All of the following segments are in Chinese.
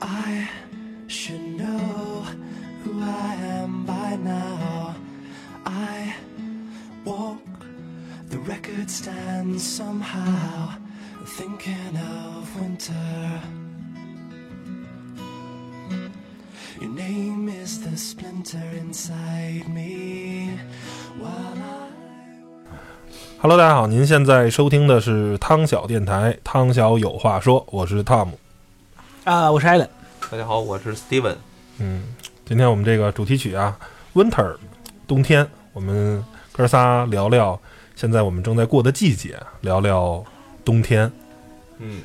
I should know who I am by now. I walk the record stand somehow, thinking of winter. Your name is the splinter inside me. While I Hello，大家好，您现在收听的是汤小电台，汤小有话说，我是 Tom。啊，我是艾伦。大家好，我是 Steven。嗯，今天我们这个主题曲啊，Winter，冬天，我们哥仨聊聊现在我们正在过的季节，聊聊冬天。嗯，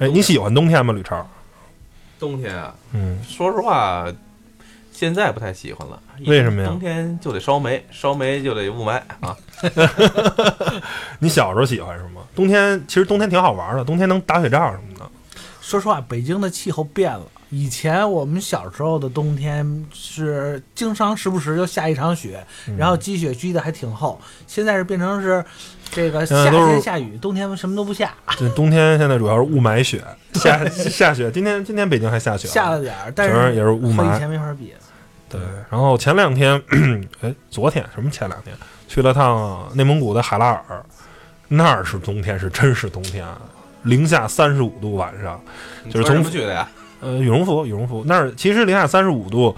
哎，你喜欢冬天吗，吕超？冬天啊，嗯，说实话，现在不太喜欢了。为什么呀冬天就得烧煤，烧煤就得雾霾啊。你小时候喜欢什么？冬天其实冬天挺好玩的，冬天能打雪仗什么的。说实话，北京的气候变了。以前我们小时候的冬天是经常时不时就下一场雪，嗯然后积雪积的还挺厚。现在是变成是这个现在夏嗯都是天下雨，冬天什么都不下，这冬天现在主要是雾霾雪，下 下雪。今天今天北京还下雪了，下了点儿，但全啊是也是是雾和以霾。前没法比。对，然后前两天， 哎，昨天什么前两天去了趟内蒙古的海拉尔，那儿是冬天，是真是冬天啊，零下三十五度晚上。就是从你穿什么去的呀？呃，羽绒服，羽绒服那儿其实零下三十五度，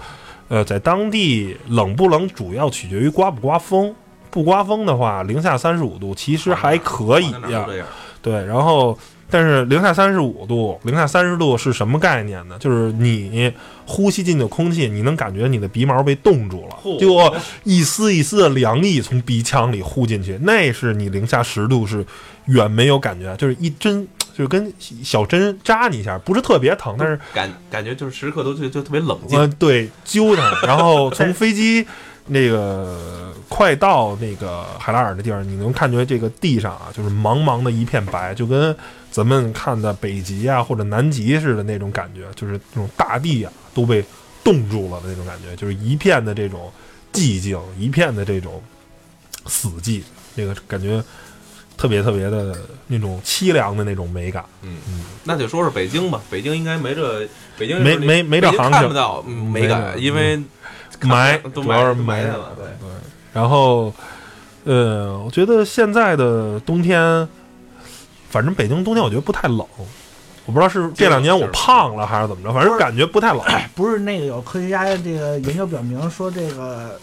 呃，在当地冷不冷主要取决于刮不刮风。不刮风的话，零下三十五度其实还可以好像哪呀、儿都这样。对，然后但是零下三十五度，零下三十度是什么概念呢？就是你呼吸进的空气，你能感觉你的鼻毛被冻住了，嚯就一丝一丝的凉意从鼻腔里呼进去，那是你零下十度是远没有感觉，就是一针就是跟小针扎你一下，不是特别疼，但是感感觉就是时刻都就就特别冷静嗯，。对，揪他，然后从飞机那个快到那个海拉尔的地儿，你能看觉这个地上啊，就是茫茫的一片白，就跟咱们看的北极啊或者南极似的那种感觉，就是那种大地啊都被冻住了的那种感觉，就是一片的这种寂静，一片的这种死寂，那个感觉特别特别的那种凄凉的那种美感。那就说说北京吧，北京应该没这北京没没没这北京行看情不到嗯没没这敢，因为埋都主要是埋埋汰了。对，然后，呃，我觉得现在的冬天，反正北京冬天我觉得不太冷，我不知道是这两年我胖了还是怎么着，反正感觉不太冷。不是那个有科学家这个研究表明说这个。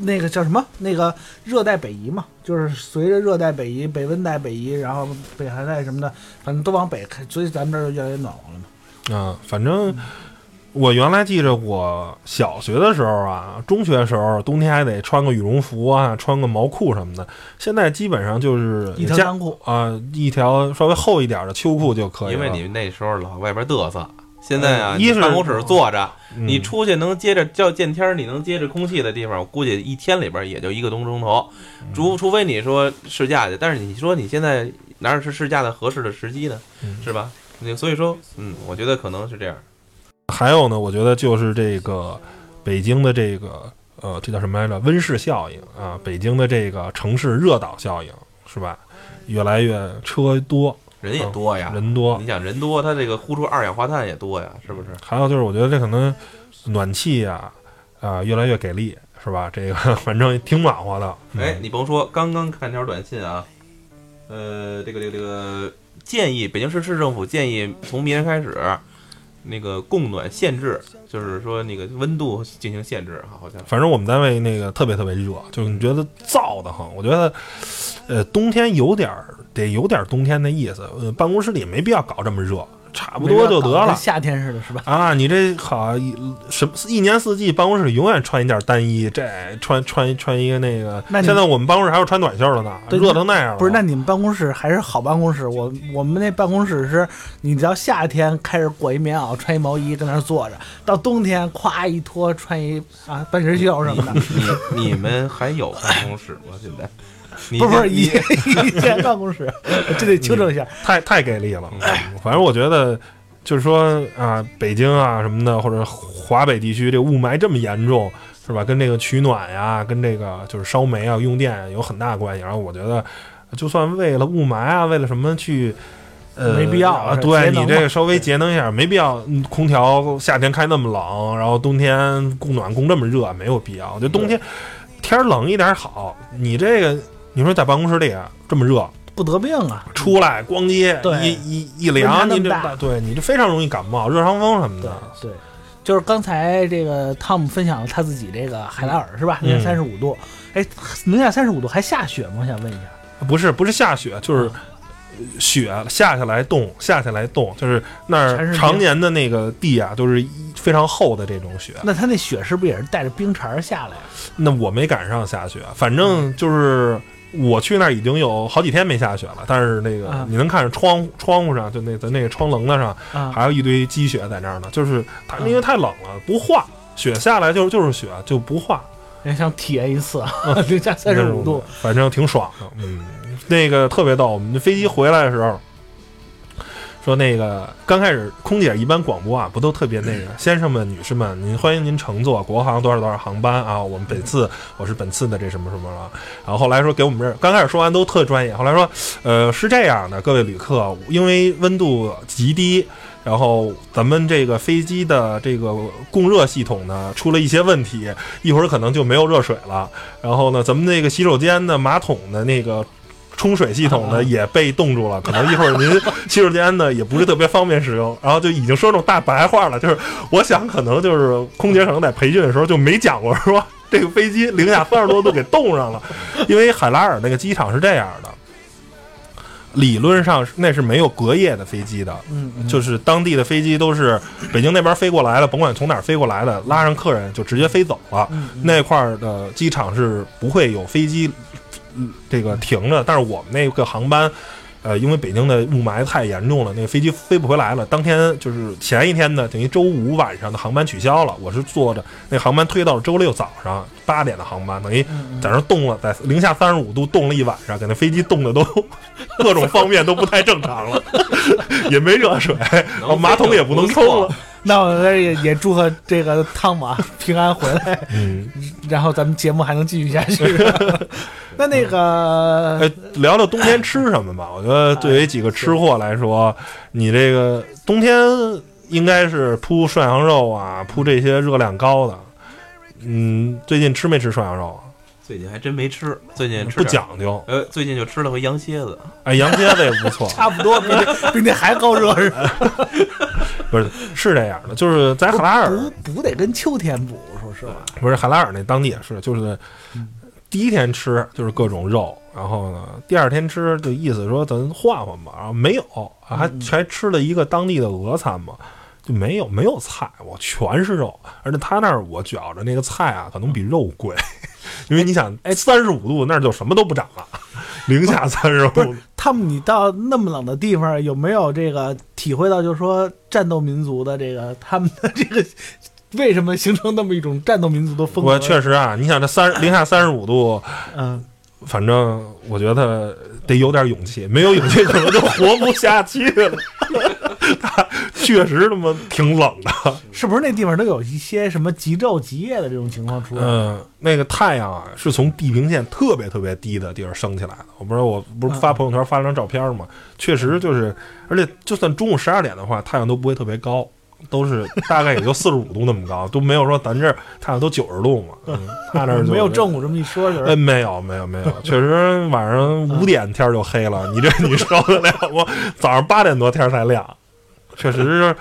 那个叫什么？那个热带北移嘛，就是随着热带北移、北温带北移，然后北寒带什么的，反正都往北开，所以咱们这儿就越来越暖和了嘛。啊，反正我原来记着我小学的时候啊，中学的时候冬天还得穿个羽绒服啊，穿个毛裤什么的，现在基本上就是一条加单裤，啊，一条稍微厚一点的秋裤就可以因了。为你那时候老外边嘚瑟。现在啊，嗯一你是办公室坐着，嗯你出去能接着叫见天儿，你能接着空气的地方，我估计一天里边也就一个多钟头，嗯除除非你说试驾去，但是你说你现在哪是试驾的合适的时机呢嗯？是吧？你所以说，嗯，我觉得可能是这样。还有呢，我觉得就是这个北京的这个呃，这叫什么来着？温室效应啊，北京的这个城市热岛效应是吧？越来越车多人也多呀，哦人多，你想人多，它这个呼出二氧化碳也多呀，是不是？还有就是我觉得这可能暖气呀啊、越来越给力是吧？这个 反正挺暖和的。嗯哎，，你甭说，刚刚看条短信啊，呃，这个这个这个建议，北京市市政府建议从明天开始，那个供暖限制，就是说那个温度进行限制啊，好像反正我们单位那个特别特别热，就是你觉得燥得很。我觉得呃，冬天有点儿得有点儿冬天的意思。呃，办公室里没必要搞这么热，差啊不多就得跟了。夏天似的，是吧？啊，你这好一什么一年四季办公室里永远穿一件单衣，这穿穿穿一个那个。那你现在我们办公室还有穿短袖的呢，对热成那样了。不是，那你们办公室还是好办公室？我我们那办公室是，你只要夏天开始裹一棉袄，穿一毛衣，在那儿坐着；到冬天，咵一脱，穿一啊半截袖什么嗯的。你你们还有办公室吗？现在？ 你不是不是，以你前以前办公室，这得纠正一下。太太给力了。嗯反正我觉得，就是说啊，北京啊什么的，或者华北地区这雾霾这么严重，是吧？跟这个取暖呀、跟这个就是烧煤啊、用电有很大关系。然后我觉得，就算为了雾霾啊，为了什么去。呃，没必要啊！是对节能你这嘛个稍微节能一下，没必要。嗯空调夏天开那么冷，然后冬天供暖供这么热，没有必要。我觉得冬天天儿冷一点好。你这个，你说在办公室里这么热，不得病啊，出来逛街，对一一一温差凉，那么你这大对你这非常容易感冒、热伤风什么对的。对，就是刚才这个汤姆分享了他自己这个海拉尔是吧？嗯零下三十五度，哎，零下三十五度还下雪吗？我想问一下。不是不是下雪，就是嗯雪下下来冻，下下来冻，就是那全是儿冰常年的那个地啊，都是一非常厚的这种雪。那他那雪是不是也是带着冰碴儿下来的？那我没赶上下雪，反嗯正就是。我去那儿已经有好几天没下雪了，但是那个、啊你能看着窗窗户上，就那咱那个窗棱子上，啊，还有一堆积雪在那儿呢。就是它嗯因为太冷了，不化，雪下来就就是雪，就不化。也想体验一次啊， 零下三十五度，，反正挺爽的。嗯，那个特别逗。我们飞机回来的时候，说那个刚开始空姐一般广播啊，不都特别那个，嗯先生们、女士们，您欢迎您乘坐国航多少多少航班啊？我们本次我是本次的这什么什么了。然后后来说给我们这儿刚开始说完都特专业，后来说呃是这样的，各位旅客，因为温度极低。然后咱们这个飞机的这个供热系统呢出了一些问题，一会儿可能就没有热水了。然后呢，咱们那个洗手间的马桶的那个 冲水系统啊呢也被冻住了，可能一会儿您洗手间呢也不是特别方便使用。然后就已经说这种大白话了，就是我想可能就是空姐可能在培训的时候就没讲过说 这个飞机零下三十多度给冻上了，因为海拉尔那个机场是这样的。理论上是那是没有隔夜的飞机的，嗯，就是当地的飞机都是北京那边飞过来的，甭管从哪儿飞过来的，拉上客人就直接飞走了。嗯那块儿的机场是不会有飞机嗯这个停着，但是我们那个航班。呃，因为北京的雾霾太严重了，那个飞机飞不回来了。当天就是前一天呢，等于周五晚上的航班取消了。我是坐着那航班推到了周六早上八点的航班，等于在那儿冻了，在零下三十五度冻了一晚上，给那飞机冻的都 各种方面都不太正常了， 也没热水，然后马桶也不能冲了。那我在这也也祝贺这个汤姆啊平安回来，嗯，然后咱们节目还能继续下 去。那那个。哎，聊聊冬天吃什么吧。我觉得对于几个吃货来说，你这个冬天应该是铺涮羊肉啊，铺这些热量高的。嗯，最近吃没吃涮羊肉啊？最近还真没吃，最近吃不点儿。讲究。呃，最近就吃了回羊蝎子，哎，羊蝎子也不错差不多比那比那还高热 是吧？不是，是这样的，就是在海拉尔，补补得跟秋天补，说实话，不是海拉尔那当地也是，就是嗯第一天吃就是各种肉，然后呢，第二天吃就意思说咱换换吧，然后没有，啊嗯还还吃了一个当地的俄餐嘛，就没有没有菜，我全是肉，而且他那儿我觉着那个菜啊，可能比肉贵，哎因为你想，哎，三十五度那儿就什么都不长了，零下三十不五是，他们，你到那么冷的地方，有没有这个体会到，就是说战斗民族的这个他们的这个为什么形成那么一种战斗民族的风格？我确实啊，你想这三零下三十五度。嗯，反正我觉得得有点勇气，没有勇气可能就活不下去了。他确实他妈挺冷 的。是不是那地方都有一些什么极昼极夜的这种情况出现？嗯、那个太阳啊，是从地平线特别特别低的地儿升起来的。我不知道，我不是发朋友圈发了张照片吗？确实就是，而且就算中午十二点的话，太阳都不会特别高，都是大概也就四十五度那么高，都没有说咱这儿太阳都九十度嘛。嗯，他那儿就没有正午这么一说，就是哎，没有没有没有，确实晚上五点天儿就黑了，你这你受得了吗？早上八点多天儿才亮，确实是，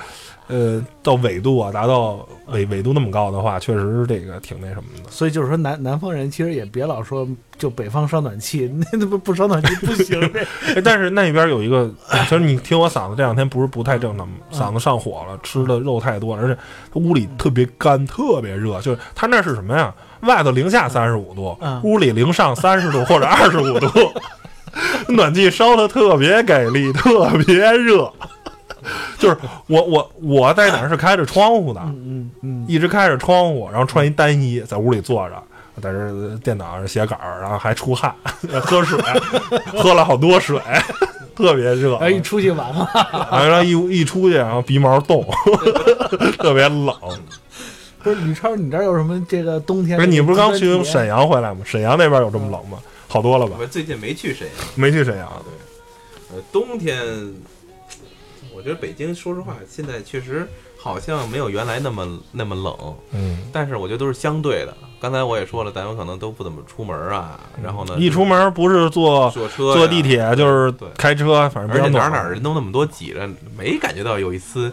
呃，到纬度啊，达到纬纬度那么高的话，确实是这个挺那什么的。所以就是说南南方人其实也别老说就北方烧暖气，那那不不烧暖气不 行。这哎，但是那边有一个，其实你听我嗓子这两天不是不太正常嗯吗？嗓子上火了，吃的肉太多了，而且屋里特别干，特别热。就是他那是什么呀？外头零下三十五度嗯，屋里零上三十度或者二十五度， 暖气烧的特别给力，特别热。 就是我我我在哪儿是开着窗户的，嗯嗯一直开着窗户，然后穿一单衣，在屋里坐着，在这儿电脑上写稿，然后还出汗， 喝水，喝了好多水， 特别热。然后哎一出去晚了， 然后一一出去，然后鼻毛冻， 特别冷。不是吕超，你这儿有什么这个冬天不的是这你个极端体验？不是刚去沈阳回来吗？沈阳那边有这么冷吗？好多了吧？我最近没去沈阳。没去沈阳，呃，冬天，我觉得北京，说实话，现在确实好像没有原来那么那么冷，嗯，但是我觉得都是相对的。刚才我也说了，咱们可能都不怎么出门啊，然后呢，嗯一出门不是坐坐车、坐地，铁就是对开车，反正比较而且哪儿暖哪儿人都那么多挤着，没感觉到有一丝。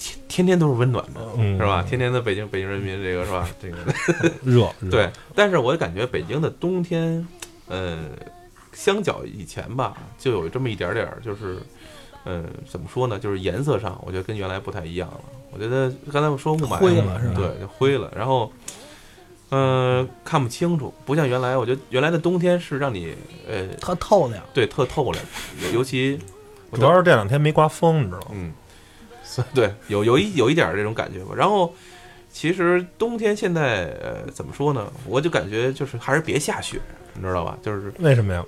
天天天都是温暖的，嗯是吧？天天的北京北京人民，这个是吧？这个热。热对，，但是我感觉北京的冬天，呃，相较以前吧，就有这么一点点儿，就是，呃，怎么说呢？就是颜色上，我觉得跟原来不太一样了。我觉得刚才我说雾霾灰了是吧对，就灰了。然后，呃，看不清楚，不像原来。我觉得原来的冬天是让你，呃，特透亮。对，特透亮，尤尤其我主要是这两天没刮风，你知道吗？嗯， 所以对，有有一有一点儿这种感觉吧。然后，其实冬天现在呃怎么说呢？我就感觉就是还是别下雪，你知道吧？就是为什么呀？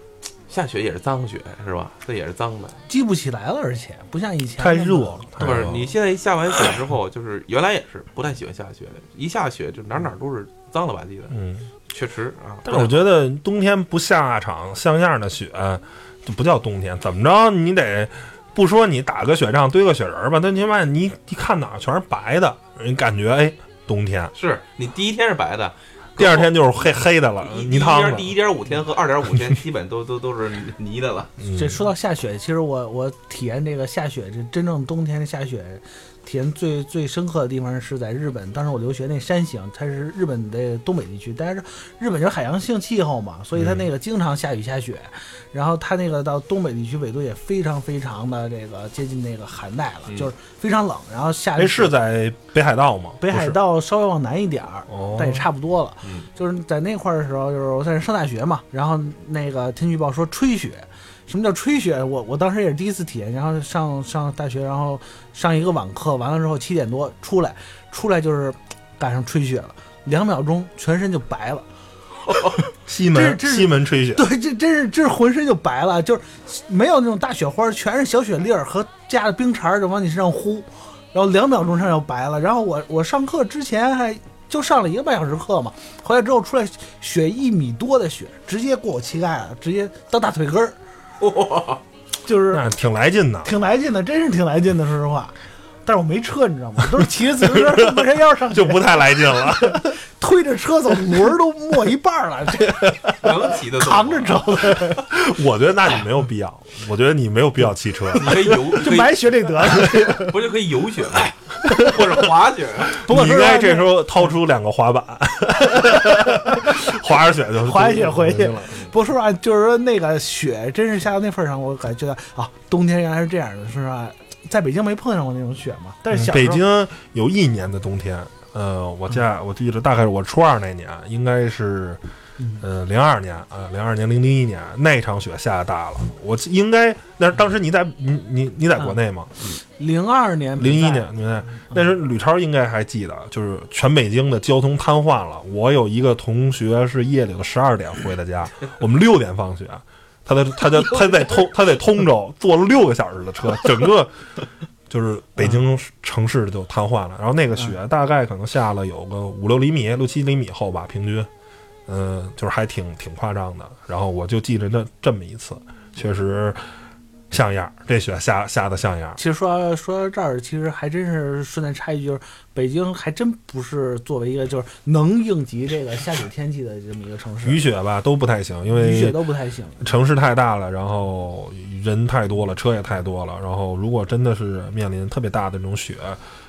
下雪也是脏雪，是吧？这也是脏的。记不起来了，而且不像以前太那么热了，太不热是了你现在一下完雪之后，就是原来也是不太喜欢下雪，一下雪就哪哪都是脏了吧唧的，嗯。确实啊。但是我觉得冬天不下场像样的雪，就不叫冬天。怎么着，你得不说你打个雪仗堆个雪人儿吧，但起码你一看哪儿全是白的，你感觉哎冬天。是你第一天是白的，第二天就是黑黑的了，一泥汤第一了第。一点五天和二点 五天基本都都都是泥的了。嗯这说到下雪，其实我我体验这个下雪，这真正冬天的下雪，体验最最深刻的地方是在日本。当时我留学那山形，它是日本的东北地区，但是日本是海洋性气候嘛，所以嗯它那个经常下雨下雪。然后它那个到东北地区纬度也非常非常的这个接近那个寒带了，嗯就是非常冷。然后下哎，是在北海道吗？北海道稍微往南一点儿，哦但也差不多了。嗯就是在那块儿的时候，就是我在上大学嘛，然后那个听预报说吹雪，什么叫吹雪？我我当时也是第一次体验，然后上上大学，然后上一个晚课，完了之后七点多出来，出来就是赶上吹雪了，两秒钟全身就白了。不是西这是门这是西门吹雪， 对，这真是这是浑身就白了，就是没有那种大雪花，全是小雪粒儿和夹着冰碴儿就往你身上呼，然后两秒钟上就白了。然后我我上课之前还就上了一个半小时课嘛，回来之后出来雪一米多的雪，直接过我膝盖了，直接到大腿根儿，就是那挺来劲的。挺来劲的，真是挺来劲的，说实话。但是我没车，你知道吗？都是骑着自行 车没人要上学，就不太来劲了， 推着车走，轮儿都没一半儿了，这能骑的扛着走，我觉得那你没有必要，我觉得你没有必要骑车。你可以游， 就可以买雪这得了。 不是可以游雪吗？或者滑雪？不过你说应实话该那这时候掏出两个滑板， 滑着雪就嗯滑雪回去了。不是吧？就是说那个雪真是下到那份儿上，我感觉到啊，冬天原来是这样的，是吧？在北京没碰上过那种雪嘛，但是小时候嗯嗯北京有一年的冬天，呃，我家我记得大概是我初二那年，应该是嗯呃零二年啊，零二年零零一年那一场雪下得大了。我记应该那是当时你在你你你在嗯国内吗？零二年、零一年，你看，那时候吕超应该还记得，就是全北京的交通瘫痪了。我有一个同学是夜里的十二点回的家，我们六点放学，他在他在他在通他在通州坐了六个小时的车，整个就是北京城市就瘫痪了。然后那个雪大概可能下了有个五六厘米、六七厘米厚吧，平均，呃嗯、就是还挺挺夸张的。然后我就记着那这么一次，确实。像样儿，这雪下下的像样儿。其实说说到这儿，其实还真是顺带插一句，就是北京还真不是作为一个就是能应急这个下雨天气的这么一个城市，雨雪吧都不太行，因雨雪为都不太行。城市太大了，然后人太多了，车也太多了，然后如果真的是面临特别大的这种雪。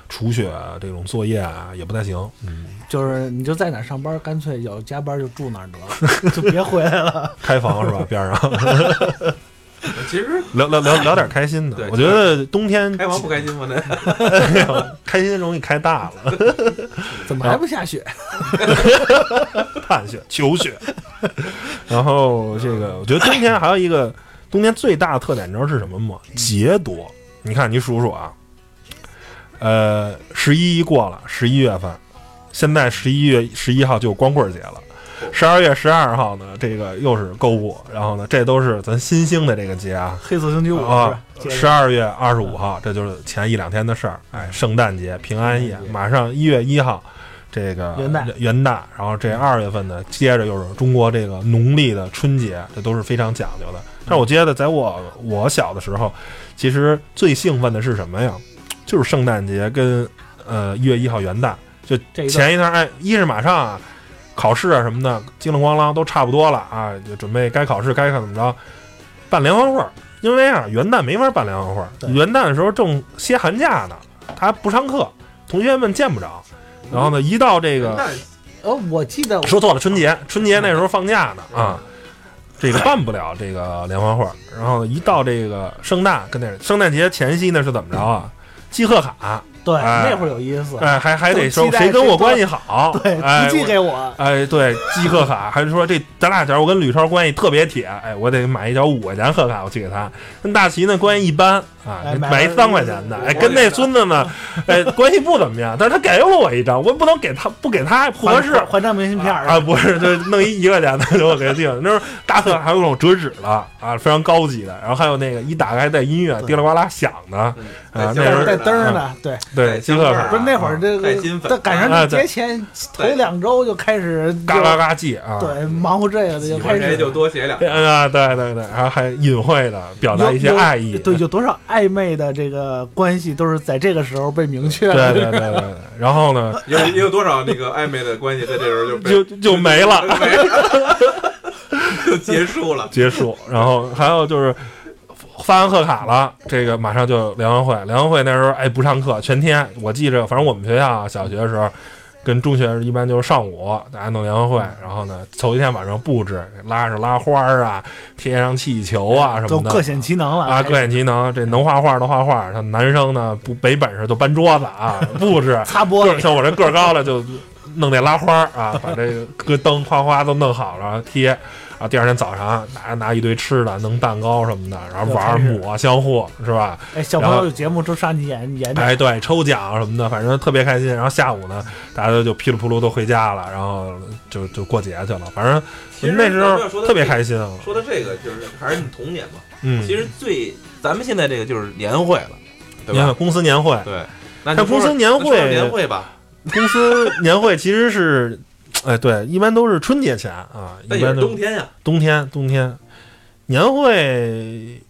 除雪啊这种作业啊也不太行，嗯，就是你就在哪儿上班，干脆有加班就住哪儿得了， 就别回来了。开房是 吧？边上其实聊聊聊聊点开心的对，我觉得冬天开房不开心吗？那开心容易开大了，怎么还不下雪？盼 雪、求雪。然后这个，我觉得冬天还有一个冬天最大的特点，你知道是什么吗？节多。你看，你数数啊，呃，十一一过了，十一月份，现在十一月十一号就光棍节了。十二月十二号呢，这个又是购物，然后呢，这都是咱新兴的这个节啊，黑色星期五啊，是吧？嗯十二月二十五号，这就是前一两天的事儿。哎，圣诞节、平安夜平安，夜马上一月一号，这个元旦嗯元旦，然后这二月份呢，接着又是中国这个农历的春节，这都是非常讲究的。但是嗯我觉得，在我我小的时候，其实最兴奋的是什么呀？就是圣诞节跟呃一月一号元旦，就这一段前一段，哎，一是马上啊，考试啊什么的，叮铃咣啷都差不多了啊，就准备该考试该看怎么着，办联欢会儿。因为啊，元旦没法办联欢会儿，对元旦的时候正歇寒假呢，他还不上课，同学们见不着。 然后呢，一到这个那呃，我记得我说错了，春节，春节那时候放假呢啊，这个办不了这个联欢会儿。然后一到这个圣诞，跟那圣诞节前夕呢是怎么着啊？集贺卡，对哎那会儿有意思，哎，还还得就说期待谁跟谁我多关系好，对，哎不寄我给我，哎，对，寄贺卡，还是说这咱俩假如我跟吕超关系特别铁，哎，我得买一张五块钱贺卡我寄给他。跟大齐呢关系一般啊哎，买买一三块钱的。哎，跟那孙子呢，哎，关系不怎么样，但是他给了我一张，我不能给他不给他不合适。还张明信片儿啊，不是，就是弄一一块钱的给我给定了。那时候大贺还有那种折纸的啊，非常高级的，然后还有那个一打开还带音乐，滴啦呱啦响的。啊那时候带灯哎儿呢，对，对，寄贺卡不是那会儿这啊带个金，粉但赶啊上对节前头两周就开始就嘎嘎嘎寄啊。对，忙活这个的就喜欢开谁始就多写两对。啊， 对对对，然后还隐晦的表达有一些有爱意，对，有多少暧昧的这个关系都是在这个时候被明确对的。对对对对。然后呢，有也有多少那个暧昧的关系在这时候就被就就没了，就没了， 就结束了。结束。然后还有就是发完贺卡了，这个马上就联欢会。联欢会那时候哎不上课，全天。我记着，反正我们学校啊，小学的时候跟中学一般就是上午大家弄联欢会，嗯然后呢头一天晚上布置，拉上拉花儿啊，贴上气球啊什都么的，各显其能了哎啊，各对，显其能。这能画画的画画，他男生呢不没本事就搬桌子啊，布 置。擦玻个璃，像我这个儿高了，就弄那拉花儿啊，把这个各灯花花都弄好了贴。啊，第二天早上拿拿一堆吃的，弄蛋糕什么的，然后玩儿又开始抹相互是吧？哎，小朋友有节目都上去演演点，哎，对，抽奖什么的，反正特别开心。然后下午呢，大家就噼里扑噜都回家了，然后就就过节去了。反其实 正那时咱们要说候的特别开心啊。说到这个，就是还是你童年嘛。嗯，其实最咱们现在这个就是年会了，对你看吧？公司年会，对，那但就说说公司年会那说说年会吧，公司年会其实是，哎，对，一般都是春节前啊，一但也般是都冬天呀。冬天，冬天，年会，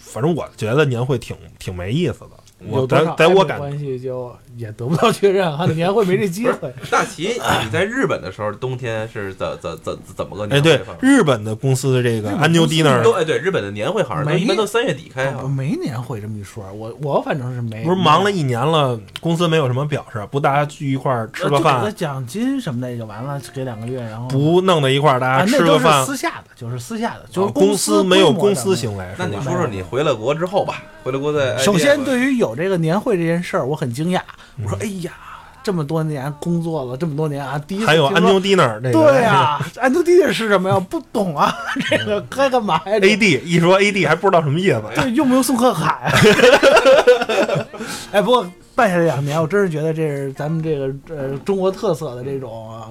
反正我觉得年会挺挺没意思的。我有多在少在暧我昧感关系就也得不到确认，还得年会没这机会。大齐，你在日本的时候，冬天是怎怎怎怎么个哎，年会对法？，日本的公司的这个日本 annual 公司 dinner 都哎对，日本的年会好像都没一般都三月底开啊啊我哈。没年会这么一说，我我反正是没，不是忙了一年了，公司没有什么表示，不大家聚一块儿吃呃个就给他饭，奖金什么的也就完了，给两个月，然后不弄到一块儿，大家，啊吃那都个是饭。私下的，就是私下的，就是啊公司没有规模公的司。行为，那你是吧说说你回了国之后吧，回了国在首先， IBM 对于有这个年会这件事儿，我很惊讶，我嗯说哎呀，这么多年工作了这么多年啊，第一次还有听说 annual dinner 这个对啊 呀，安徒弟是什么呀？不懂啊， 这个该干嘛呀？这 AD 一说 AD 还不知道什么意思， 对，用不用送贺卡 呀？哎，不过办下来两年，我真是觉得这是咱们这个呃中国特色的这种啊。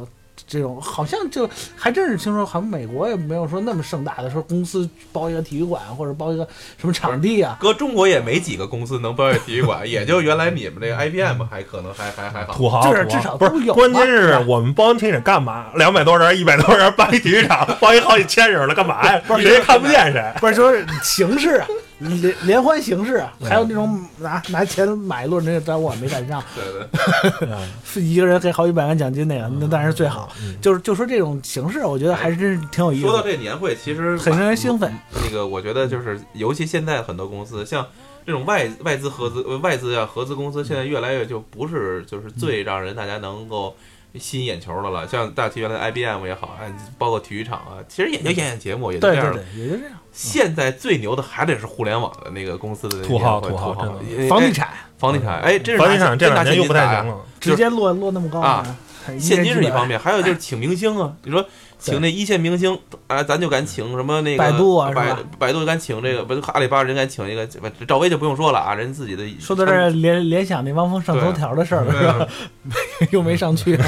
这种好像就还真是听说，好像美国也没有说那么盛大的，说公司包一个体育馆或者包一个什么场地 啊，搁中国也没几个公司能包下体育馆， 也就原来你们这个 IBM 还可能还还还好。土豪就是土豪至少不都有啊是，关键嘛对是吧我们包完体育干嘛？两百多人、 一百多 人办一体育场，包一好几千人了，干嘛呀？谁也看不见谁。 不是说形式啊，联联欢形式，啊还有那种拿拿钱买一轮那个，但我没赶上，对对，一个人给好几百万奖金那个，那当然是最好。嗯就是就说这种形式，我觉得还是真是挺有意思说到的，这年会，其实很让人兴奋。那个，我觉得就是，尤其现在很多公司，像这种外外资、合资、呃外资呀、合资公司，现在越来越就不是就是嗯最让人大家能够吸引眼球的了。像大体原来 IBM 也好，哎，包括体育场啊，其实也就演演节目，也就嗯对这样对了。对，也就这样。现在最牛的还得是互联网的那个公司的土豪年会土土豪真哎房地产房地产，哎，真 是房地产这这两年又不太行。了，就直是接落落那么高哎啊，很现金是一方面，面，还有就是请明 星啊，你说请那一线明星，啊，咱就敢请什么那个百度啊是吧百百度敢请这个，不是阿里巴巴人敢请一个，赵薇就不用说了啊，人自己的 说到这儿联联想那汪峰上头条的事 儿了，对啊是吧？又没上去、啊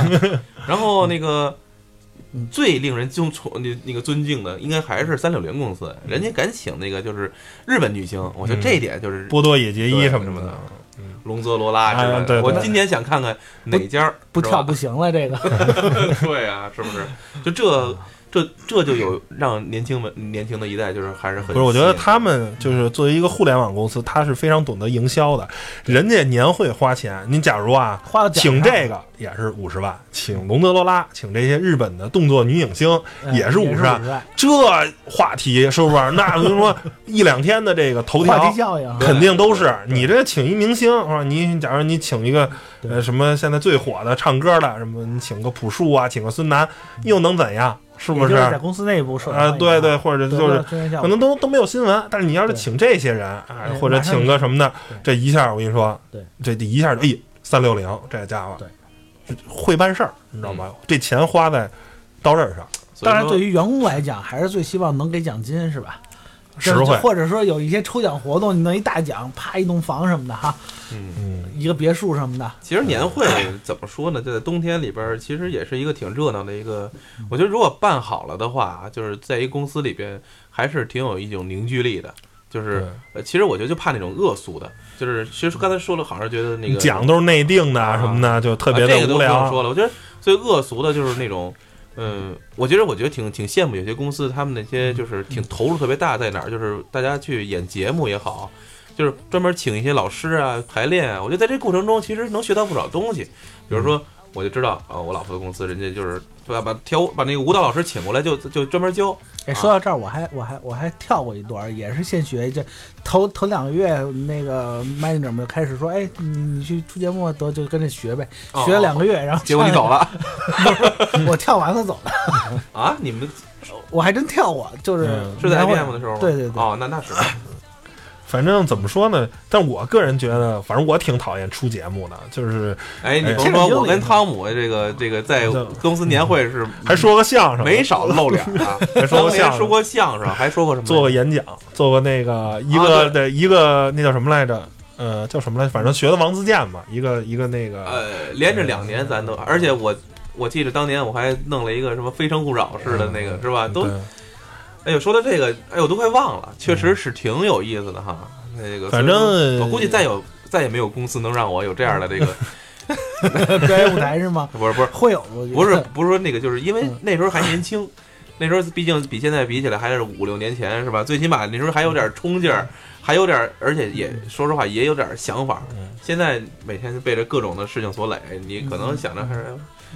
然后那个最令人尊崇那那个尊敬的，应该还是三六零公司，人家敢请那个就是日本女星，我觉得这一点就是波多野结衣对什么什么的的，龙泽罗拉之啊类对的。我对今年想看看哪家儿不是吧跳不行了，这个 对啊，是不是？就这这这就有让年轻们年轻的一代就是还是很不是，我觉得吸引他们就是作为一个互联网公司，他是非常懂得营销的。人家年会花钱，您假如啊，花到请这这个也是五十万，请龙德罗拉，请这些日本的动作女影星也哎也是五五十万。万，这话题是不是？那我跟你说，一两天的这个头话条题效应。肯定都是对你这请一明星啊，你假如你请一个呃什么现在最火的唱歌的什么，你请个朴树啊，请个孙楠，又能怎样？是不也是？就是在公司内部受啊，对对，或者对，就是可可能都都没有新闻，但是你要是请这些人，哎，对或者请个什么的马上就，这一下我跟你说，对，这这一下就哎，三六零这家伙，对，嗯会办事儿，你知道吗？这钱花在刀刃上，所以当然，说对于员工来讲，还是最希望能给奖金，是吧？实就是惠或者说有一些抽奖活动，你弄一大奖，啪一栋房什么的哈，嗯，嗯，一个别墅什么的，其实年会怎么说呢？就在冬天里边儿，其实也是一个挺热闹的一个。我觉得如果办好了的话，就是在一公司里边，还是挺有一种凝聚力的。嗯就是，呃，其实我觉得就怕那种恶俗的，就是其实刚才说了，好像觉得那个讲都是内定的啊什么的，就特啊别这个的都无不用聊。说了，我觉得最恶俗的就是那种，嗯，我觉得我觉得挺挺羡慕有些公司，他们那些就是挺投入特别大，在哪儿就是大家去演节目也好，就是专门请一些老师啊排练啊，我觉得在这过程中其实能学到不少东西，比如说。我就知道啊、我老婆的公司人家就是对吧，把跳舞把那个舞蹈老师请过来就就专门教，哎，说到这儿，我还我还我还跳过一段儿，也是现学。这头头两个月，那个 manager 们就开始说：“哎，你你去出节目都就跟着学呗。”哦学了两个月，然后结果你走了，了我跳完了走了，啊？你们我还真跳过，就是嗯是在然后 IBM 的时候吗？对对对哦，那那是反正怎么说呢？但我个人觉得，反正我挺讨厌出节目的，就是哎，你哎甭说，我跟汤姆这个这个在公司年会是还说个相声，没少露脸啊， 还说过相当年声说过相声，还说过什么？做过演讲，做过那个一个啊的、一个那叫什么来着？呃，叫什么来着？反正学的王自健嘛，一个一个那个、呃，连着两年咱都，而且我我记得当年我还弄了一个什么非诚勿扰似的那个，是吧？都嗯对哎呦，说到这个，哎呦，我都快忘了，确实是挺有意思的哈。那个，嗯反正所以说我估计再有再也没有公司能让我有这样 的这个，？表演舞台是吗不是不是会有，我不觉得是 不是说那个，就是因为嗯那时候还 年轻。那时候毕竟比现在比起来还是五六年前是吧？最起码那时候还有点冲劲儿，还有点，而且也说实话也有点想法。嗯现在每天被这各种的事情所累，你可能想着还是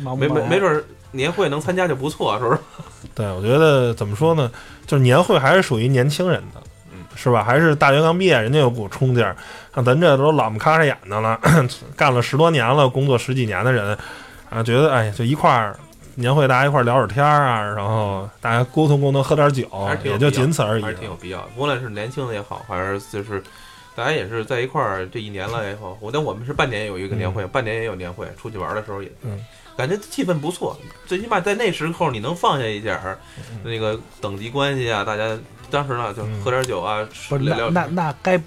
忙不没忙没没准儿年会能参加就不错，是不是？对，我觉得怎么说呢，就是年会还是属于年轻人的，嗯，是吧？还是大学刚毕业，人家有股冲劲儿，像咱这都老么咔嚓眼的了， 干了十多年了，工作十几年的人，啊，觉得哎，就一块儿年会，大家一块儿聊会儿天儿啊，然后大家沟通沟通，喝点酒还是，挺有也就必要仅此而已还。是挺有必要的。无论是年轻的也好，还是就是大家也是在一块儿这一年了以后，我但我们是半年有一个年嗯会，半年也有年会，出去玩儿的时候也，嗯感觉气氛不错。最起码在那时候你能放下一点儿、嗯那个等级关系啊，大家当时呢就嗯喝点酒啊，吃不是聊聊那那那该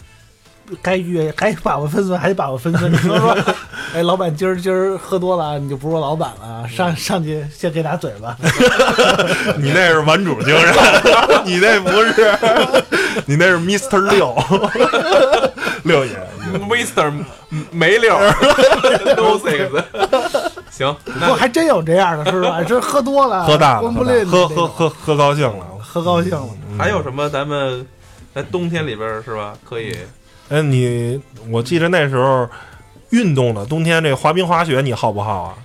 该约该把握分寸，还得把握分寸。你不能说， 哎，老板今儿今儿喝多了，你就不是我老板了，上上去先给打嘴巴。你那是玩主精神， 你那不是，你那是 Mister 六 六爷， Mister 梅六 No Six，行，不，那还真有这样的，是吧？这喝多了，喝大了，啊光不喝吝大了喝的嗯那喝种喝喝高兴了。喝高兴了。还有什么咱们在冬天里边儿是吧？可以，嗯，你我记着那时候运动了，冬天这滑冰滑雪你好不好啊？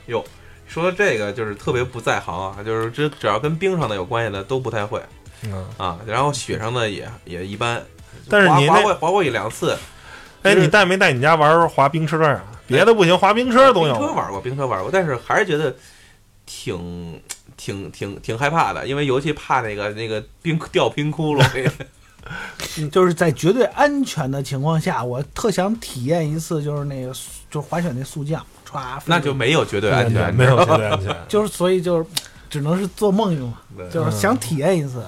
说到这个就是特别不在行啊，就是只只要跟冰上的有关系的都不太会嗯，啊，然后雪上的也也一般，但是滑你滑那过滑过一两次，哎，就是你带没带你家玩滑冰车啊？别的不行，滑冰车总冰车有。玩过，冰车玩过，但是还是觉得挺挺挺挺害怕的，因为尤其怕那个那个冰掉冰窟窿，就是在绝对安全的情况下，我特想体验一次，就是那个速就是滑雪那速降，歘，飞那就没有绝对安全，没有绝对安全。就是所以就是只能是做梦嘛，对就是想体验一次。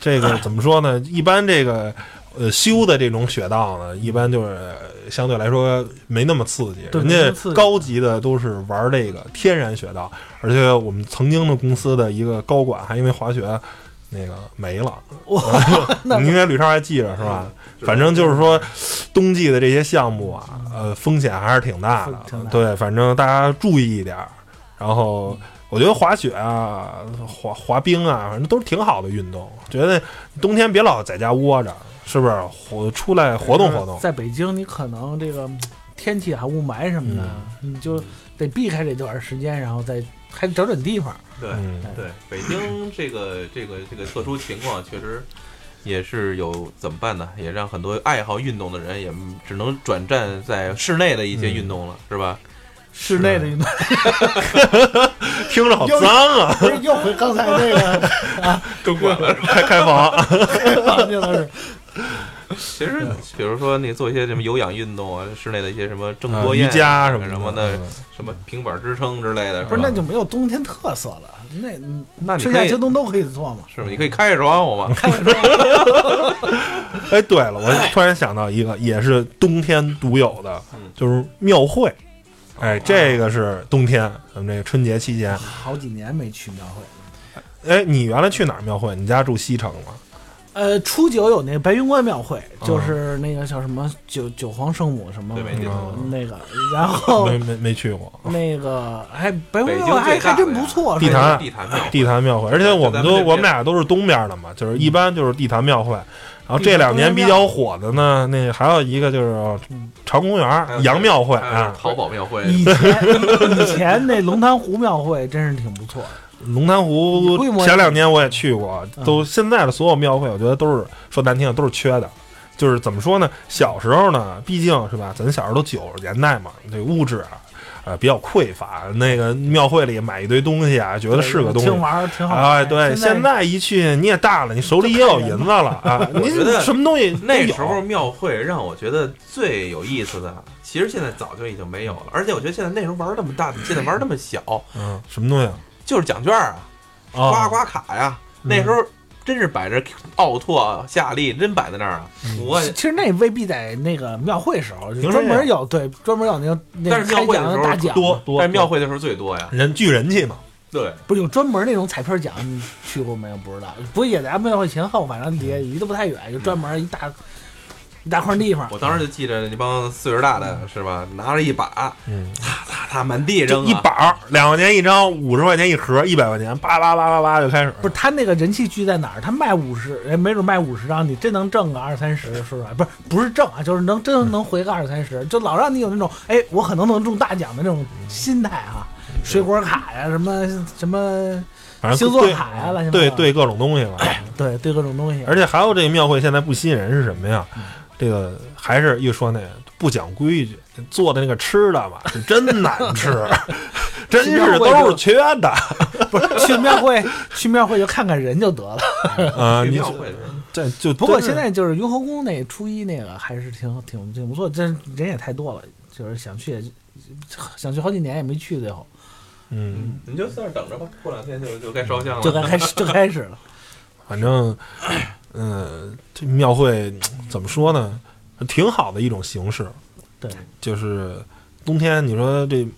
这个怎么说呢？一般这个呃修的这种雪道呢，一般就是呃相对来说没那么刺激。对人没那家么刺激高级的都是玩这个天然雪道，而且我们曾经的公司的一个高管还因为滑雪那个没了。哇， 那你应该吕超还记着是吧？反正就是说，冬季的这些项目啊，呃，风险还是挺大的风。挺大对，反正大家注意一点儿。然后，我觉得滑雪啊、滑滑冰啊，反正都是挺好的运动。觉得冬天别老在家窝着，是不是？活出来活动嗯活动。在北京，你可能这个嗯天气啊、雾霾什么的，你就得避开这段时间，然后再还得找准地方。对嗯，对，北京这个 这个这个特殊情况确实。也是有怎么办呢？也让很多爱好运动的人也只能转战在室内的一些运动了，嗯是吧？室内的运动， 嗯听着好脏啊！不是又回刚才那个中国了。开开 房，环境了是？其实，嗯比如说你做一些什么有氧运动啊，室内的一些什么啊郑多啊瑜燕、伽什么什么的，嗯什么平板支撑之类的，不是，吧那就没有冬天特色了。那嗯那你春可夏以秋冬都可以做嘛。是吧？你可以开着窗户嘛， 哎，对了，我突然想到一个，也是冬天独有的嗯，啊就是庙会。哎，这个是冬天，咱们这个春节期间。好几年没去庙会了。哎，你原来去哪儿庙会？你家住西城吗？呃，初九有那个白云观庙会，就是那个叫什么九九皇圣母什么嗯嗯对没嗯见过那个，然后没没没去过。那个还白云观北庙京会哎还最大的还真呀不错，地是吧坛地坛庙会，地坛庙会，而且我们就都咱们这边嗯我们俩都是东边的嘛，就是一般就是地坛庙会。然后这两年比较火的呢，那还有一个就是长公还有园杨庙会还有啊，淘宝庙会，以前以前那龙潭湖庙会真是挺不错的，龙潭湖规模也前两年我也去过，嗯都现在的所有庙会，我觉得都是说难听的都是缺的。就是怎么说呢？小时候呢，毕竟是吧，咱小时候都九十年代嘛，这物质啊，呃比较匮乏。那个庙会里买一堆东西啊，觉得是个东西挺。玩儿挺好玩儿。哎，对，现在在一去你也大了，你手里也有银子了 啊，你觉得什么东西那都时候有庙会让我觉得最有意思的，其实现在早就已经没有了，而且我觉得现在那时候玩儿那么大，现在玩儿那么小，嗯，什么东西啊就是奖券啊，啊？刮刮卡呀，嗯那时候真是摆着奥拓、夏利，真摆在那儿啊，嗯我其实那未必在那个庙会时候，就听说专门也有对专门有那个那但个是庙开会的奖时的候大奖，多多嗯但是庙会的时候最多呀，人聚人气嘛，对。不是有专门那种彩票奖，你去过没有？不知道，不过也在庙会前后，反正离离得不太远，就专门一大一大块地方我，当时就记着那帮岁数大的是吧，拿着一把，嗯，啪啪啪满地就扔、啊，一板儿两块钱一张，五十块钱一盒，一百块钱，叭叭叭叭叭就开始。不是他那个人气聚在哪儿？他卖五十，哎，没准卖五十张，你真能挣个二三十，说实话，不是不是挣啊，就是能真能回个二三十，就老让你有那种，哎，我可能能中大奖的那种心态啊，水果卡呀、什么什么，反正星座对卡呀乱七八糟对对各种东 西吧。对对各种东西，而且还有这庙会现在不吸引人是什么呀？嗯这个还是一说那不讲规矩，做的那个吃的吧，是真难 吃，真是都是缺的。不是去庙会去庙会就看看人就得了。啊，去你庙会的时候这就不过真是现在就是雍和宫那初一那个还是挺挺挺不错，真人也太多了，就是想去也想去好几年也没去，最后嗯，你就在那儿等着吧，过两天就就该烧香了。就该开始 就开始了。反正嗯，这庙会怎么说呢，挺好的一种形式。对，就是冬天，你说这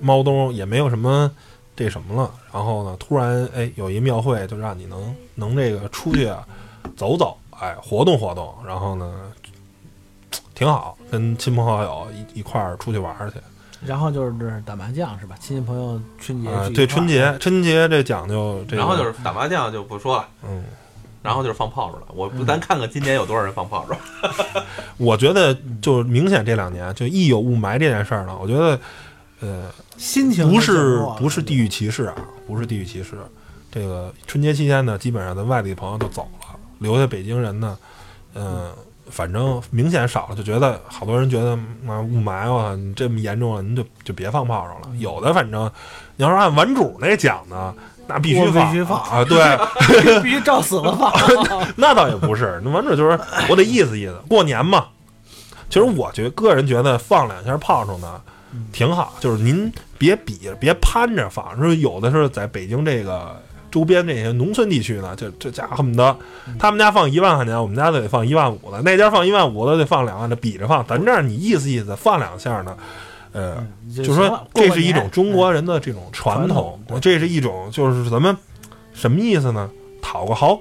猫冬也没有什么这什么了，然后呢，突然哎有一庙会，就让你能能这个出去啊走走，哎活动活动，然后呢挺好，跟亲朋好友一一块儿出去玩儿去。然后就是打麻将是吧？亲戚朋友春节啊、聚一块儿嗯对春节春节这讲究这个，然后就是打麻将就不说了，嗯，然后就是放炮竹了。我嗯不，咱看看今年有多少人放炮竹。 我觉得就明显这两年，就一有雾霾这件事儿呢，我觉得，呃，心情不就减是弱了不是地域歧视啊，不是地域歧视。这个春节期间呢，基本上咱外地朋友都走了，留下北京人呢，嗯，反正明显少了，就觉得好多人觉得妈雾霾啊，你这么严重了，你就就别放炮仗了。有的反正你要是按玩主那讲呢，那必须我必放须放啊，对。 必须照死 了放。那倒也不是，那完事就是我得意思意思，过年嘛。其实我觉个人觉得放两下炮仗呢，挺好，就是您别比别攀着放，说有的时候在北京这个周边这些农村地区呢，这这家伙恨不得他们家放一万块钱，我们家都得放一万五的，那家放一万五的得放两万的，比着放，咱这儿你意思意思放两下呢，呃，嗯就行说了过这过是一年哎种中国人的这种传传统统，这是一种就是咱们什么意思呢？讨个好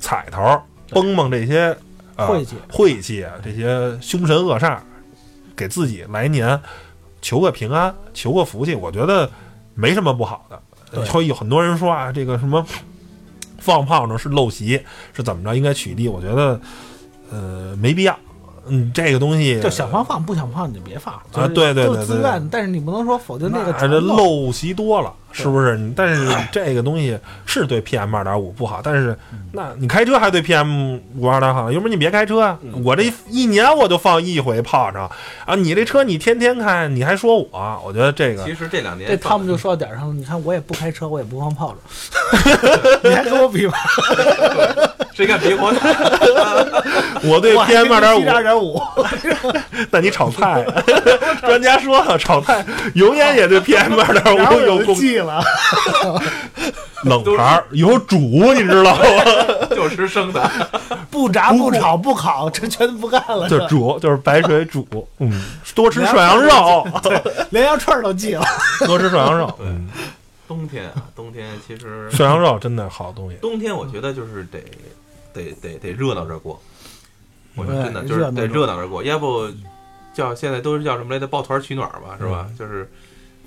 彩头，蹦蹦这些呃晦气晦气啊，这些凶神恶煞，给自己来年求个平安，求个福气，我觉得没什么不好的。对会有很多人说啊，这个什么放炮呢是陋习，是怎么着应该取缔？我觉得呃没必要。嗯，这个东西就想放放，不想放你就别放啊对对对就对是自对愿，但是你不能说否定这个这传统。陋习多了，是不是？你但是这个东西是对 PM 二点五不好，但是那你开车还对 PM 五二点好，要不然你别开车啊！我这一年我就放一回炮仗啊！你这车你天天开，你还说我？我觉得这个其实这两年这汤姆就说到点儿上了，你看我也不开车，我也不 放炮仗，你还跟我比吧？ 谁敢别我 打？我对 PM 二点二五，点五，那你炒菜， 专家说了，炒菜永远也对 PM 二然点五后我有就贡记了，冷盘儿有主，你知道吗？就吃生的， 不炸不炒不烤，这全不干了，就是这煮，就是白水煮，嗯，多吃涮羊肉， 连羊串儿都记了。多吃涮羊肉，对嗯。 冬天啊，冬天其实涮羊肉真的好东西，冬天我觉得就是得得得得热闹着过，我觉对得真的就是热闹得着热闹着过，要不叫现在都是叫什么来着？抱团取暖吧，是嗯吧？就是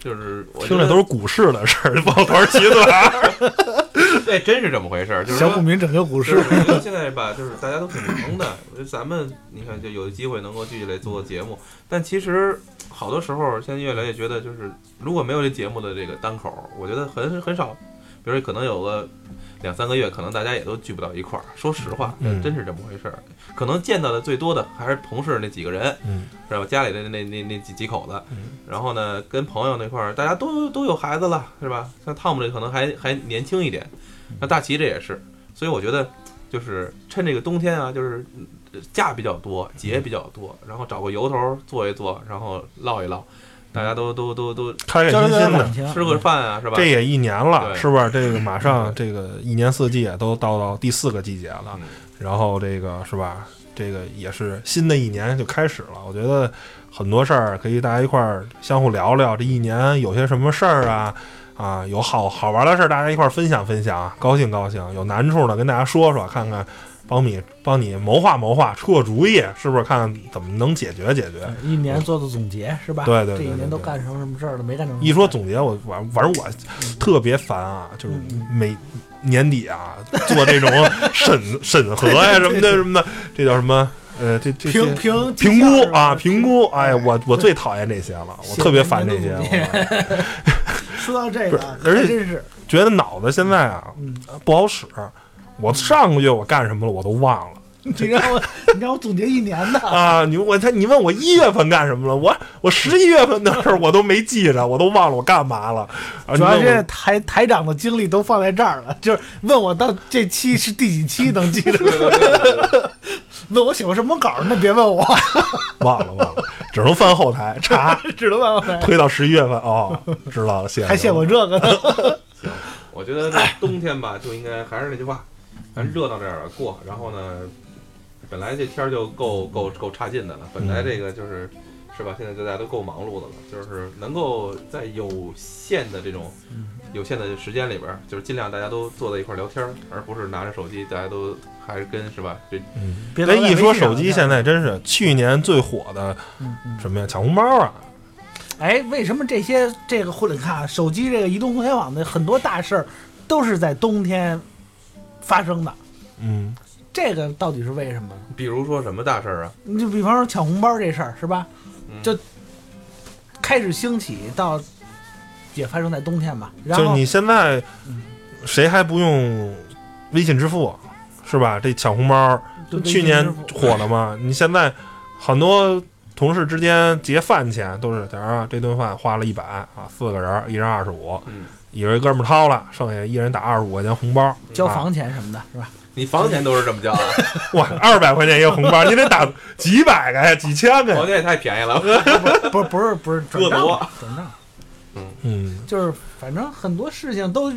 就是我觉听着得都是股市的事儿， 抱团取暖。 对，哎真是这么回事儿，就是小说股民拯救就股是市，我觉得现在吧，就是大家都挺忙的。我觉得咱们你看，就有机会能够聚起来做节目，但其实好多时候现在越来越觉得，就是如果没有这节目的这个单口儿，我觉得很很少。比如说，可能有个两三个月，可能大家也都聚不到一块儿。说实话，嗯真是这么回事儿。可能见到的最多的还是同事那几个人，嗯，是吧？家里的那那那几几口子嗯，然后呢，跟朋友那块儿，大家都都有孩子了，是吧？像汤姆这可能还还年轻一点，那大齐这也是，所以我觉得就是趁这个冬天啊，就是呃假比较多，节比较多，然后找个由头儿做一做，然后唠一唠，大家都都都都开开交心流心感的。情。吃个饭啊，是吧？这也一年了，对是不是？这个马上这个一年四季也都到到第四个季节了嗯，然后这个是吧？这个也是新的一年就开始了。我觉得很多事儿可以大家一块儿相互聊聊，这一年有些什么事儿啊啊，有好好玩的事儿，大家一块儿分享分享，啊高兴高兴。有难处呢，跟大家说说，看看帮你帮你谋划谋划，出个主意，是不是？看看怎么能解决解决。一年做做总结是吧？对对对这一对年都对干成什么事儿了？没干成什么事一儿。说总结，我反反正我特别烦啊，就是嗯每年底啊做这种 审审核呀、什么的什么的，这叫什么？呃，这这评这评评绩估啊，效是吧评估，哎，我我最讨厌这些了，我写特别烦这年些，度总我说到这不个是啊，而且还真是觉得脑子现在啊嗯不好使。我上个月我干什么了，我都忘了你让我你让我总结一年的，啊！你我他你问我一月份干什么了，我我十一月份的事儿我都没记着，我都忘了我干嘛了。啊主要你问我是台台长的精力都放在这儿了，就是问我到这期是第几期能记得， 问我写过什么稿儿，那别问我， 忘了忘了，只能翻后台查。只能问我呗。 推到十一月份哦，知道了，谢谢。还写过这个哎呢，我觉得这冬天吧，就应该还是那句话，咱热闹点儿过。然后呢，本来这天儿就够够够差劲的了，本来这个就是是吧？现在大家都够忙碌的了，就是能够在有限的这种有限的时间里边儿，就是尽量大家都坐在一块儿聊天儿，而不是拿着手机，大家都还是跟是吧？这 别哎，老在一说微信上手机，聊现在真是去年最火的嗯嗯什么呀？抢红包啊！哎，为什么这些这个互联看啊，手机这个移动互联网的很多大事儿都是在冬天发生的？嗯这个到底是为什么呢？比如说什么大事儿啊？你就比方说抢红包这事儿是吧？嗯就开始兴起到也发生在冬天吧，然就是后你现在谁还不用微信支付啊是吧？这抢红包，就去年火了嘛，你现在很多同事之间结饭钱都是，假如啊这顿饭花了一百啊，四个人一人二十五，嗯，以为哥们儿掏了，剩下一人打二十五块钱红包，啊交房钱什么的，是吧？你房钱都是这么交啊？哇，二百块钱一个红包，你得打几百个呀，几千个房呀，钱也太便宜了。不是不是不是转恶账魔转账，嗯，就是反正很多事情都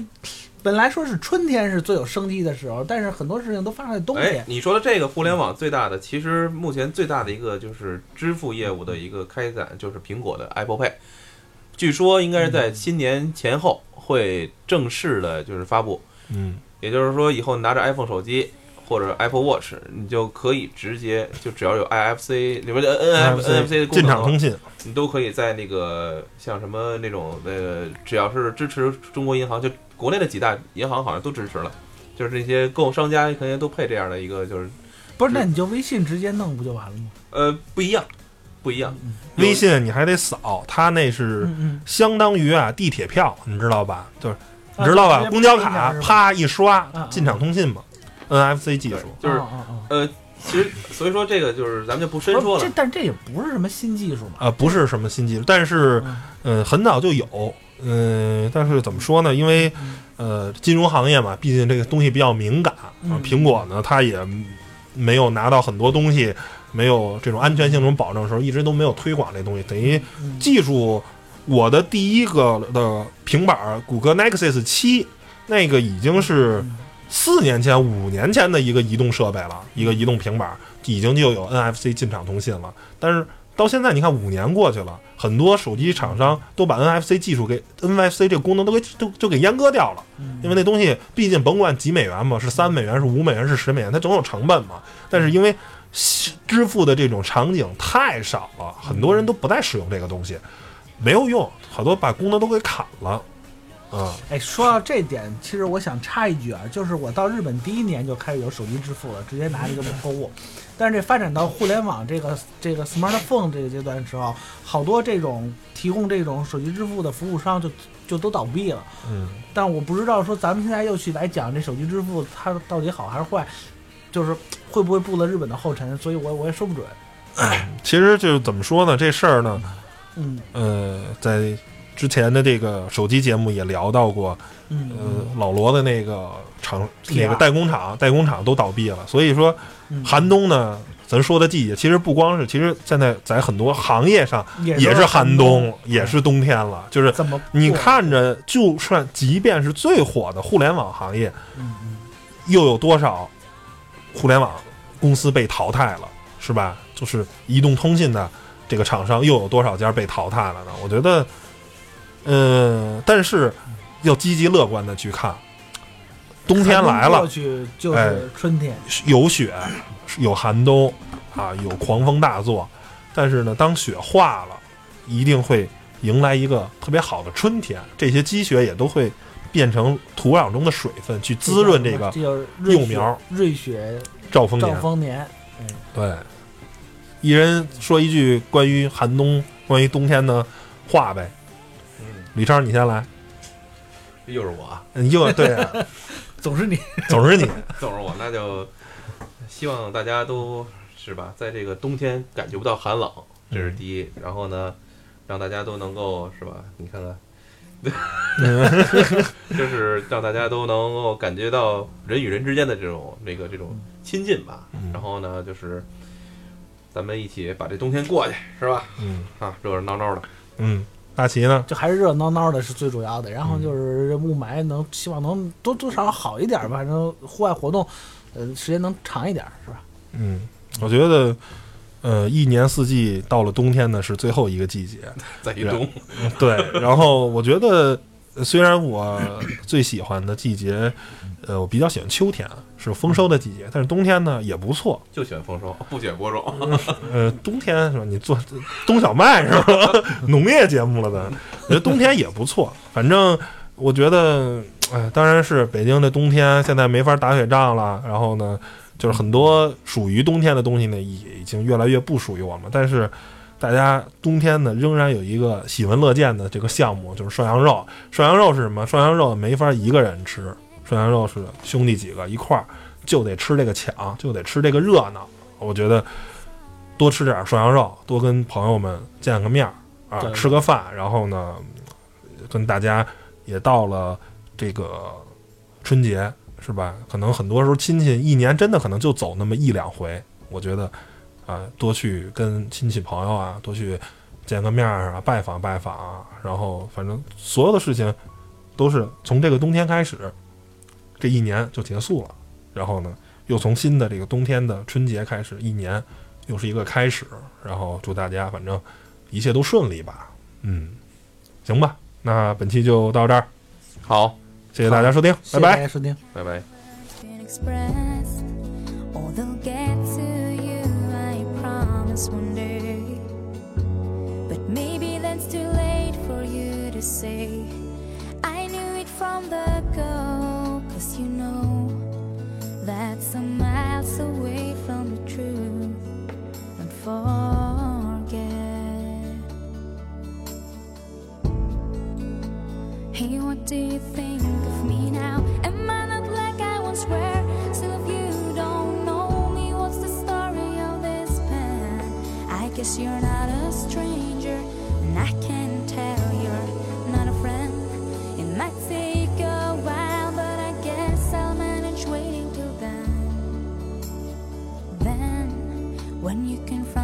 本来说是春天是最有生机的时候，但是很多事情都发生在冬哎天，。你说的这个互联网最大的，其实目前最大的一个就是支付业务的一个开展，就是苹果的 Apple Pay，据说应该是在新年前后会正式的，就是发布。嗯也就是说，以后拿着 iPhone 手机或者 Apple Watch，你就可以直接就只要有 IFC 里边的 N F N F C 的功进能场的通话，信，你都可以在那个像什么那种呃，只要是支持中国银行，就国内的几大银行好像都支持了，就是这些购物商家可能都配这样的一个，就是不是，那你就微信直接弄不就完了吗？呃不一样，不一样，有微信你还得扫，他那是嗯嗯，相当于啊地铁票，你知道吧？就是你啊知道直吧？接公交拍一下卡是吧啪一刷啊，进场通信嘛，NFC 技对术。就是哦哦哦其实所以说这个就是咱们就不深不是说这了，但这也不是什么新技术嘛。啊，不是什么新技术，但是，嗯、很早就有，嗯、但是怎么说呢？因为，呃，金融行业嘛，毕竟这个东西比较敏感啊嗯。苹果呢，它也没有拿到很多东西，没有这种安全性这种保证的时候，一直都没有推广这东西，等于嗯技术。我的第一个的平板儿，谷歌 Nexus 七，那个已经是四年前、五年前的一个移动设备了，一个移动平板儿已经就有 NFC 进场通信了。但是到现在，你看五年过去了，很多手机厂商都把 NFC 技术给 NFC 这个功能都给都就给阉割掉了，因为那东西毕竟甭管几美元嘛，是三美元、是五美元、是十美元，它总有成本嘛。但是因为支付的这种场景太少了，很多人都不再使用这个东西，没有用，好多把功能都给砍了。啊、哎，说到这点，其实我想插一句啊，就是我到日本第一年就开始有手机支付了，直接拿一个购物。但是这发展到互联网这个这个 smartphone 这个阶段的时候，好多这种提供这种手机支付的服务商就就都倒闭了。嗯，但我不知道说咱们现在又去来讲这手机支付它到底好还是坏，就是会不会步了日本的后尘，所以我我也说不准。其实就是怎么说呢，这事儿呢，嗯呃，在之前的这个手机节目也聊到过，嗯呃，老罗的那个厂， PR 那个代工厂，代工厂都倒闭了。所以说，嗯，寒冬呢，咱说的季节，其实不光是，其实现在在很多行业上也也是寒寒冬，嗯也是冬天了。就是怎么你做，看着，就算即便是最火的互联网行业，嗯嗯。又有多少互联网公司被淘汰了，是吧？就是移动通信的这个厂商又有多少家被淘汰了呢？我觉得，呃，但是要积极乐观的去看，冬天来过了，去就哎是春天。有雪，有寒冬，啊，有狂风大作，但是呢，当雪化了，一定会迎来一个特别好的春天，这些积雪也都会变成土壤中的水分，去滋润这个这叫瑞幼雪苗、瑞雪、兆丰兆年。丰年。对，一人说一句关于寒冬、关于冬天的话呗。嗯，李超，你先来。又是我 啊，嗯，又对、 啊，总是你， 总是你。总是我，那就希望大家都是吧，在这个冬天感觉不到寒冷，这是第一。然后呢，让大家都能够是吧？你 看看，就是让大家都能够感觉到人与人之间的这种这个这种亲近吧。然后呢，就是咱们一起把这冬天过去，是吧？嗯啊，热热闹闹的，嗯，大齐呢？就还是热闹闹的是最主要的。然后就是雾霾能，希望能多多少少好一点吧。反正户外活动，呃，时间能长一点，是吧？嗯，我觉得，呃，一年四季到了冬天呢是最后一个季节。在一冬，对，然后我觉得，呃虽然我最喜欢的季节，呃，我比较喜欢秋天，是丰收的季节，但是冬天呢也不错。就喜欢丰收，不喜欢播种。呃，冬天是吧？你做 冬小麦是吧？农业节目了的，我觉得冬天也不错。反正我觉得，哎，当然是北京的冬天现在没法打雪仗了。然后呢，就是很多属于冬天的东西呢，也已经越来越不属于我们。但是，大家冬天呢，仍然有一个喜闻乐见的这个项目，就是涮羊肉。涮羊肉是什么？涮羊肉没法一个人吃，涮羊肉是兄弟几个一块儿就得吃这个抢，就得吃这个热闹。我觉得多吃点儿涮羊肉，多跟朋友们见个面儿啊对，吃个饭，然后呢，跟大家也到了这个春节，是吧？可能很多时候亲戚一年真的可能就走那么一两回，我觉得啊、多去跟亲戚朋友啊，多去见个面儿啊，拜访拜访啊，然后反正所有的事情都是从这个冬天开始，这一年就结束了，然后呢，又从新的这个冬天的春节开始，一年又是一个开始，然后祝大家反正一切都顺利吧，嗯，行吧，那本期就到这儿，好，谢谢大家收听，谢拜拜谢大家。收听。拜拜。 been expressed. All they'll get to you, I promise one day. But maybe that's too late for you to say. I knew it from the go, cause you know that's a miles away from the truth. Don't forget. Hey, what do you think of me now? Am I not like I once were? Still, if you don't know me, what's the story of this pen? I guess you're not a stranger, and I can tell you're not a friend. It might take a while, but I guess I'll manage waiting till then. Then, when you can find